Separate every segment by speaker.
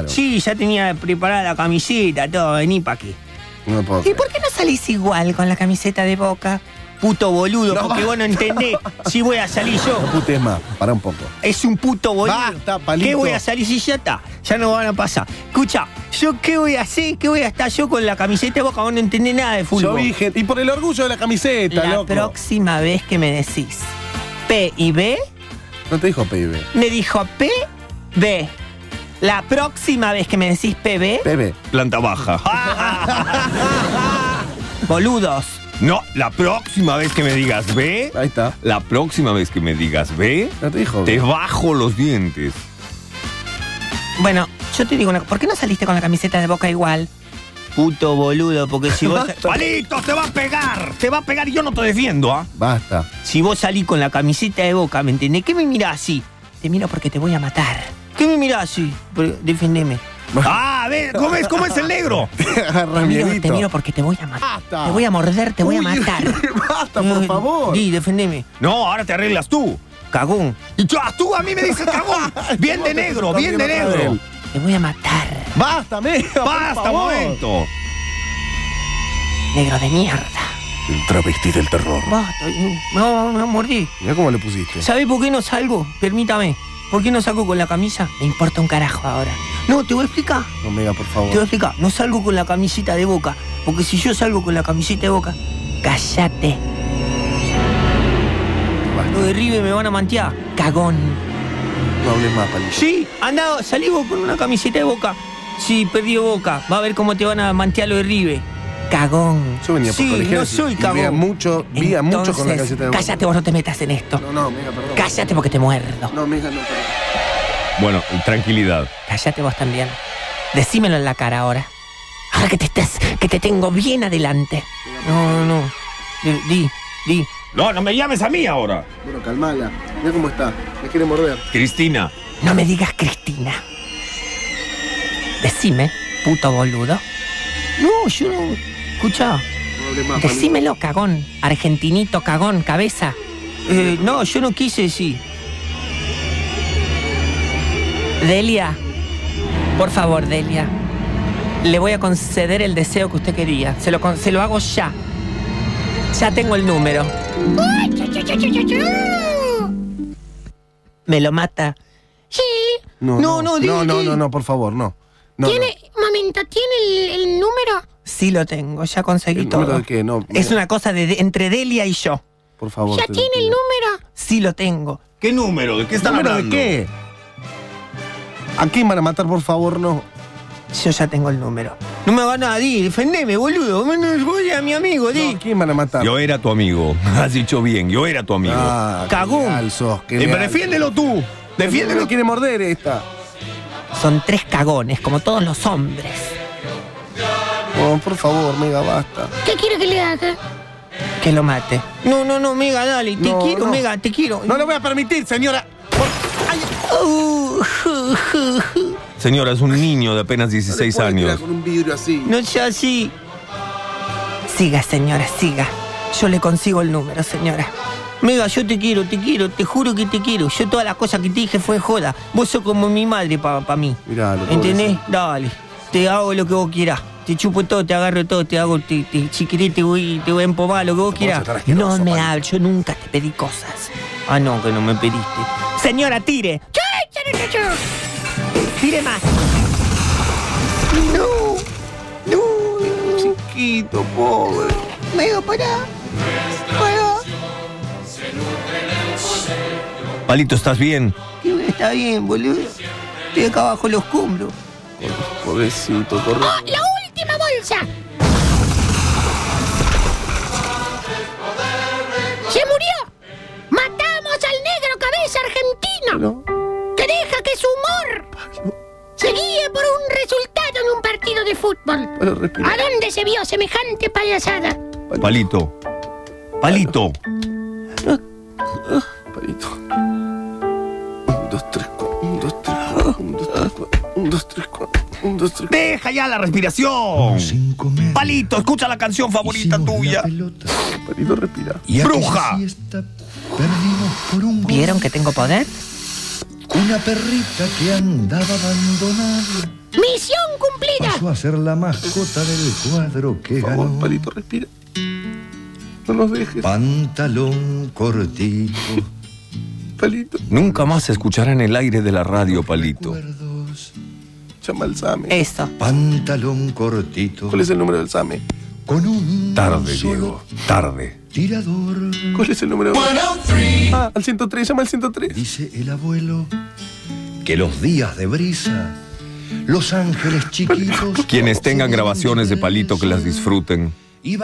Speaker 1: Claro.
Speaker 2: Sí, ya tenía preparada la camiseta, todo, vení pa' aquí.
Speaker 1: No puedo
Speaker 3: ¿Y
Speaker 1: creer.
Speaker 3: por qué no salís igual con la camiseta de boca?
Speaker 2: Puto boludo,
Speaker 1: No,
Speaker 2: porque
Speaker 1: va-
Speaker 2: vos no entendés si voy a salir yo.
Speaker 1: No putees más, para un poco.
Speaker 2: Es un puto boludo.
Speaker 1: Basta, palito.
Speaker 2: ¿Qué voy a salir si ya está? Ya no van a pasar. Escucha, ¿yo qué voy a hacer? ¿Qué voy a estar yo con la camiseta de boca? Vos no entendés nada de
Speaker 1: Yo
Speaker 2: fútbol.
Speaker 1: dije, y por el orgullo de la camiseta,
Speaker 3: la
Speaker 1: loco.
Speaker 3: próxima vez que me decís P y B,
Speaker 1: No te dijo pibe.
Speaker 3: me dijo P, B. La próxima vez que me decís PB,
Speaker 1: Bebé.
Speaker 2: Planta baja.
Speaker 3: boludos.
Speaker 2: No, la próxima vez que me digas ve,
Speaker 1: Ahí está.
Speaker 2: la próxima vez que me digas ve,
Speaker 1: No te dijo.
Speaker 2: te bajo los dientes.
Speaker 3: Bueno, yo te digo una ¿por qué no saliste con la camiseta de boca igual?
Speaker 2: Puto boludo, porque si vos.
Speaker 1: Basta.
Speaker 2: ¡Palito! ¡Te va a pegar! ¡Te va a pegar! y Yo no te defiendo, ¿ah?
Speaker 1: Basta.
Speaker 2: Si vos salís con la camiseta de boca, ¿me entendés? ¿Qué me mirás así?
Speaker 3: Te miro porque te voy a matar.
Speaker 2: ¿Qué me mirás así? Pero Defendeme. ¡Ah! a ver, ¿Cómo es, cómo es el negro?
Speaker 1: Agarra
Speaker 3: Te miro, te
Speaker 1: miedito.
Speaker 3: miro porque te voy a matar.
Speaker 1: Basta.
Speaker 3: Te voy a morder, te voy a
Speaker 1: Uy,
Speaker 3: matar.
Speaker 1: Basta, por favor.
Speaker 2: Mm, Di, defendeme. No, ahora te arreglas tú. Cagón. Y yo- ah, tú a mí me dices cagón. Bien de negro, bien de negro.
Speaker 3: Te voy a matar,
Speaker 1: Basta, amigo. por
Speaker 2: ¡Basta,
Speaker 1: favor.
Speaker 2: momento!
Speaker 3: negro de mierda.
Speaker 1: El travesti del terror.
Speaker 2: Basta. No, no mordí.
Speaker 1: Mira cómo le pusiste.
Speaker 2: ¿Sabés por qué no salgo? Permítame. ¿Por qué no salgo con la camisa?
Speaker 3: Me importa un carajo ahora.
Speaker 2: No, te voy a explicar.
Speaker 1: Omega, por
Speaker 2: Te voy a
Speaker 1: favor.
Speaker 2: explicar. No salgo con la camiseta de boca. Porque si yo salgo con la camiseta de boca,
Speaker 3: Cállate,
Speaker 2: los de River me van a mantear.
Speaker 3: cagón.
Speaker 1: No hables más, palito.
Speaker 2: Sí, andá, salí vos con una camiseta de boca. Sí, perdí boca. Va a ver cómo te van a mantear los de River.
Speaker 3: Cagón.
Speaker 1: Yo venía
Speaker 2: Sí,
Speaker 1: por colegial
Speaker 2: no
Speaker 1: y-
Speaker 2: soy
Speaker 1: y
Speaker 2: cagón.
Speaker 1: Veía mucho, veía mucho con la
Speaker 3: Entonces,
Speaker 1: camiseta de boca.
Speaker 3: Cállate, vos no te metas en esto.
Speaker 1: No, no, Omega, perdón.
Speaker 3: Cállate porque te muerdo.
Speaker 1: No, Omega, no, perdón.
Speaker 4: Bueno, tranquilidad.
Speaker 3: Cállate vos también. Decímelo en la cara ahora. Ahora que te estás, que te tengo bien adelante.
Speaker 2: No, no, no. Di, Di, di.
Speaker 4: No, no me llames a mí ahora.
Speaker 1: Bueno, calmala. Mira cómo está. Me quiere morder.
Speaker 4: Cristina.
Speaker 3: No me digas Cristina. Decime, puto boludo.
Speaker 2: No, yo no. Escuchá.
Speaker 1: No hables más, palito.
Speaker 3: Decímelo, cagón. Argentinito, cagón, cabeza.
Speaker 2: Eh, no, yo no quise decir.
Speaker 3: Delia. Por favor, Delia. Le voy a conceder el deseo que usted quería. Se lo, con- se lo hago ya. Ya tengo el número. Me lo mata.
Speaker 1: No,
Speaker 2: No, no,
Speaker 1: no, no,
Speaker 2: di,
Speaker 1: no, no,
Speaker 2: di.
Speaker 1: no, por favor, no. No,
Speaker 5: ¿Tiene, momento, Eh, ¿tiene el, el número?
Speaker 3: Sí lo tengo, ya
Speaker 1: no.
Speaker 3: conseguí
Speaker 1: ¿El número
Speaker 3: todo.
Speaker 1: de qué? No,
Speaker 3: Es una cosa de, de- entre Delia y yo.
Speaker 1: por favor.
Speaker 5: ¿Ya
Speaker 1: te lo
Speaker 5: tiene el
Speaker 1: pido.
Speaker 5: número?
Speaker 3: Sí lo tengo.
Speaker 4: ¿Qué número? ¿De qué están
Speaker 1: ¿Número de
Speaker 4: hablando?
Speaker 1: qué? ¿A quién van a matar, por favor? No.
Speaker 3: Yo ya tengo el número.
Speaker 2: No me hagas nada, di. Defendeme, boludo. Menos voy a mi amigo, di.
Speaker 1: No, ¿A quién van a matar?
Speaker 4: Yo era tu amigo. Has dicho bien, yo era tu amigo.
Speaker 1: Ah, qué
Speaker 2: Cagón.
Speaker 1: leal sos, qué
Speaker 4: Eh, pero
Speaker 1: leal.
Speaker 4: defiéndelo tú.
Speaker 1: Me
Speaker 4: Defiéndelo.
Speaker 1: quiere morder esta.
Speaker 3: Son tres cagones, como todos los hombres.
Speaker 1: Oh, por favor, mega, basta.
Speaker 5: ¿Qué quiero que le haga?
Speaker 3: Que lo mate.
Speaker 2: No, no, no, Mega, dale. Te
Speaker 1: No,
Speaker 2: quiero,
Speaker 1: no.
Speaker 2: Mega, te quiero.
Speaker 1: No lo voy a permitir, señora.
Speaker 2: Uh,
Speaker 4: Señora, es un niño de apenas 16 años.
Speaker 1: Con un vidrio así.
Speaker 2: no sea así.
Speaker 3: Siga, señora, siga. Yo le consigo el número, señora.
Speaker 2: Mega, yo te quiero, te quiero, te juro que te quiero. Yo todas las cosas que te dije fue joda. Vos sos como mi madre para mí.
Speaker 1: Mirá, lo
Speaker 2: ¿Entendés? Dale. Te hago lo que vos quieras. Te chupo todo, te agarro todo, te hago, te, te- si querés te voy, te voy a empomar, lo que vos quieras.
Speaker 1: estar asqueroso,
Speaker 3: No me
Speaker 1: palito.
Speaker 3: hables, yo nunca te pedí cosas.
Speaker 2: Ah, no, que no me pediste.
Speaker 3: Señora, tire. Tire más.
Speaker 1: Chiquito, pobre.
Speaker 2: Mega, pará.
Speaker 4: Palito, ¿estás bien?
Speaker 2: Está bien, boludo. Estoy acá abajo los cumbros.
Speaker 1: Pobrecito, corre.
Speaker 5: ¡Oh, la última bolsa! ¡Se murió! ¡Matamos al negro cabeza argentino! ¡Que deja que su humor se guíe por un resultado en un partido de fútbol!
Speaker 1: Pero respira.
Speaker 5: ¿A dónde se vio semejante payasada?
Speaker 4: Palito. Palito.
Speaker 1: Palito. Un, dos, tres, cuatro. Un, dos, tres, cuatro. Un, dos, tres, cuatro. Un, dos, tres, cuatro. Un, dos, tres, cuatro.
Speaker 4: Deja ya la respiración. Palito, escucha la canción favorita tuya.
Speaker 1: Palito, respira.
Speaker 4: Bruja.
Speaker 6: Perdimos por un gol.
Speaker 3: ¿Vieron que tengo poder?
Speaker 6: Una perrita que andaba abandonada.
Speaker 5: Misión cumplida.
Speaker 6: Pasó a ser la mascota del cuadro que
Speaker 1: Por favor,
Speaker 6: ganó.
Speaker 1: palito, respira. No nos dejes,
Speaker 6: Pantalón cortito.
Speaker 1: palito.
Speaker 4: Nunca más escucharán el aire de la radio, Palito.
Speaker 6: Recuerdos.
Speaker 1: Llama al SAME.
Speaker 2: Eso.
Speaker 6: Pantalón cortito.
Speaker 1: ¿Cuál es el número del SAME?
Speaker 6: Con un
Speaker 4: Tarde,
Speaker 6: solo
Speaker 4: Diego. Tarde.
Speaker 6: Tirador.
Speaker 1: ¿Cuál es el número? Ah, al 103, llama al 103.
Speaker 6: Dice el abuelo que los días de brisa, los ángeles chiquitos.
Speaker 4: Quienes tengan grabaciones de Palito que las disfruten.
Speaker 6: Y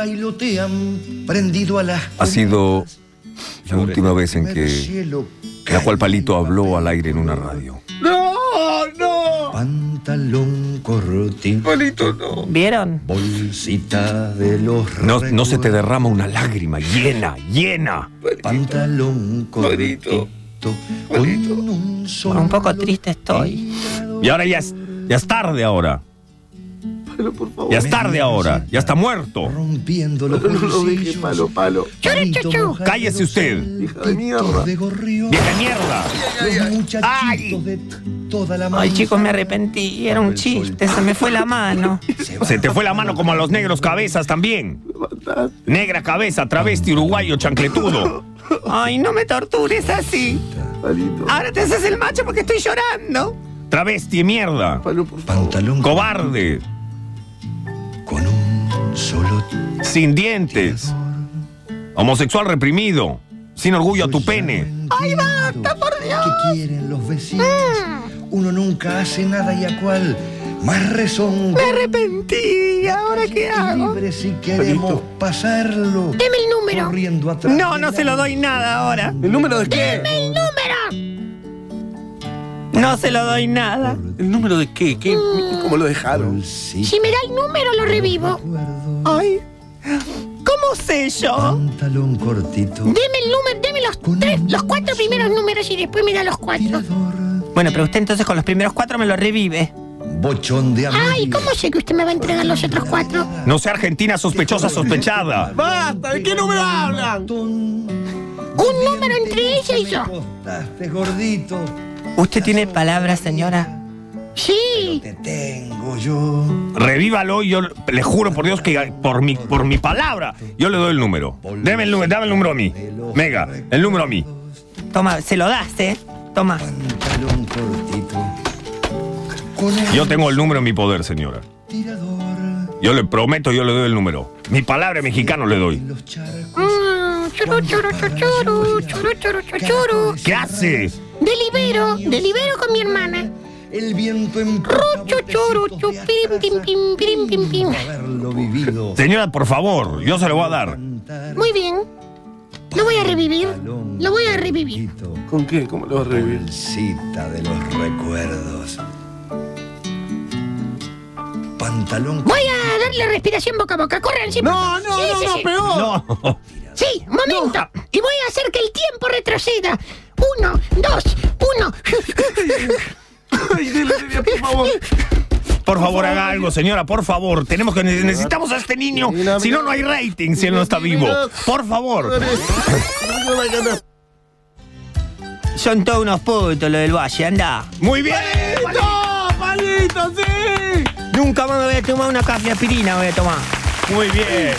Speaker 6: bailotean prendido a las.
Speaker 4: Ha sido
Speaker 6: comidas.
Speaker 4: la última vez en
Speaker 6: Primer
Speaker 4: que
Speaker 6: cielo
Speaker 4: la cual
Speaker 6: cae
Speaker 4: Palito
Speaker 6: en
Speaker 4: habló al
Speaker 6: papel.
Speaker 4: aire en una radio.
Speaker 1: ¡No! ¡No!
Speaker 6: Pantalón cortito,
Speaker 1: Palito, no.
Speaker 2: ¿Vieron?
Speaker 6: bolsita de los.
Speaker 4: No, no se te
Speaker 6: recuerdos.
Speaker 4: derrama una lágrima, llena, llena.
Speaker 6: Pantalón cortito.
Speaker 1: Palito. Palito.
Speaker 6: Con un solo.
Speaker 2: Un poco triste estoy.
Speaker 4: Y ahora ya es, ya es tarde ahora.
Speaker 1: Palo, por favor.
Speaker 4: Ya es tarde ahora. Ya está muerto.
Speaker 6: Rompiendo los
Speaker 1: No nos dejes,
Speaker 6: bolsillos.
Speaker 1: palo, palo.
Speaker 6: Palito mojado,
Speaker 4: Cállese usted.
Speaker 6: saltitos
Speaker 1: Hija de mierda.
Speaker 6: de gorrión,
Speaker 4: ¡Vieja mierda!
Speaker 6: los muchachitos
Speaker 4: Ay.
Speaker 6: de toda la
Speaker 2: Ay,
Speaker 6: mancha.
Speaker 2: chicos, me arrepentí. Era un chiste. Se me fue la mano.
Speaker 4: Se te fue la mano como a los negros cabezas también.
Speaker 1: Levantate.
Speaker 4: Negra cabeza, travesti uruguayo, chancletudo.
Speaker 2: Ay, no me tortures así.
Speaker 1: Palito.
Speaker 2: Ahora te haces el macho porque estoy llorando.
Speaker 4: Travesti de mierda.
Speaker 1: Palo, por favor.
Speaker 6: Pantalón
Speaker 4: Cobarde.
Speaker 6: con un solo.
Speaker 4: Sin dientes. Homosexual reprimido. Sin orgullo a tu pene.
Speaker 6: ¡Ay, basta, por Dios! ¿Qué quieren los vecinos? Uno nunca hace nada y a cual más rezongo.
Speaker 2: Me arrepentí. ¿Ahora qué hago?
Speaker 6: Libre si queremos pasarlo.
Speaker 5: Deme el número.
Speaker 6: Corriendo atrás.
Speaker 2: No, no se lo doy nada ahora.
Speaker 1: ¿El número de qué?
Speaker 5: El número.
Speaker 2: No se lo doy nada.
Speaker 1: ¿El número de qué? ¿Qué? ¿Cómo lo dejaron?
Speaker 5: Si me da el número lo revivo.
Speaker 2: Ay. ¿Cómo sé yo?
Speaker 6: Pantalón cortito.
Speaker 5: Deme el número, deme los
Speaker 6: Con
Speaker 5: tres,
Speaker 6: un
Speaker 5: los cuatro primeros números y después me da los cuatro.
Speaker 6: Tirador.
Speaker 2: Bueno, pero usted entonces con los primeros cuatro me lo revive.
Speaker 6: Bochón de amor.
Speaker 5: Ay, ¿cómo sé que usted me va a entregar los otros cuatro?
Speaker 4: No sea Argentina sospechosa sospechada.
Speaker 6: ¡Basta! ¿De qué número hablan? Un
Speaker 5: número entre ella y yo.
Speaker 6: Costaste, gordito.
Speaker 2: Usted tiene palabras, señora.
Speaker 5: Sí.
Speaker 6: Te tengo yo.
Speaker 4: Revívalo y yo le juro por Dios que por mi, por mi palabra, yo le doy el número. Deme el número, dame el número a mí. Mega, el número a mí.
Speaker 2: Toma, se lo das, ¿eh? Toma.
Speaker 6: Pantalón cortito. Con el
Speaker 4: Yo tengo el número en mi poder, señora.
Speaker 6: tirador.
Speaker 4: Yo le prometo, yo le doy el número. Mi palabra de mexicano le doy.
Speaker 6: Los charcos.
Speaker 5: Mm, churu, churu, churu, churu, churu, churu, churu, churu.
Speaker 4: ¿Qué hace?
Speaker 5: Delibero, delibero con mi hermana.
Speaker 6: El viento empuja
Speaker 5: Rucho, choro,
Speaker 6: botecitos
Speaker 5: chu,
Speaker 6: de atrás
Speaker 5: pirim, pim, pim, pirim, pim, pim.
Speaker 6: sin Haberlo vivido.
Speaker 4: Señora, por favor, yo se lo voy a dar.
Speaker 6: Cantar
Speaker 5: Muy bien. Lo voy a revivir.
Speaker 6: pantalón
Speaker 5: Lo voy a revivir.
Speaker 6: cortito,
Speaker 1: ¿Con qué? ¿Cómo lo vas a revivir?
Speaker 6: Bolsita de los recuerdos. Pantalón
Speaker 5: Voy a darle respiración boca a boca. Corran, sí. No, no, sí, sí.
Speaker 4: No,
Speaker 5: Sí, un momento. Y voy a hacer que el tiempo retroceda. Uno, dos, uno.
Speaker 1: Ay, dile, dile, por favor.
Speaker 4: por favor, haga algo, señora, por favor. Tenemos que necesitamos a este niño. Si no, no hay rating si él no está vivo. Por favor.
Speaker 7: Son todos unos putos los del valle, anda.
Speaker 4: Muy bien.
Speaker 7: Nunca más me voy a tomar una café aspirina, voy a tomar.
Speaker 4: Muy bien.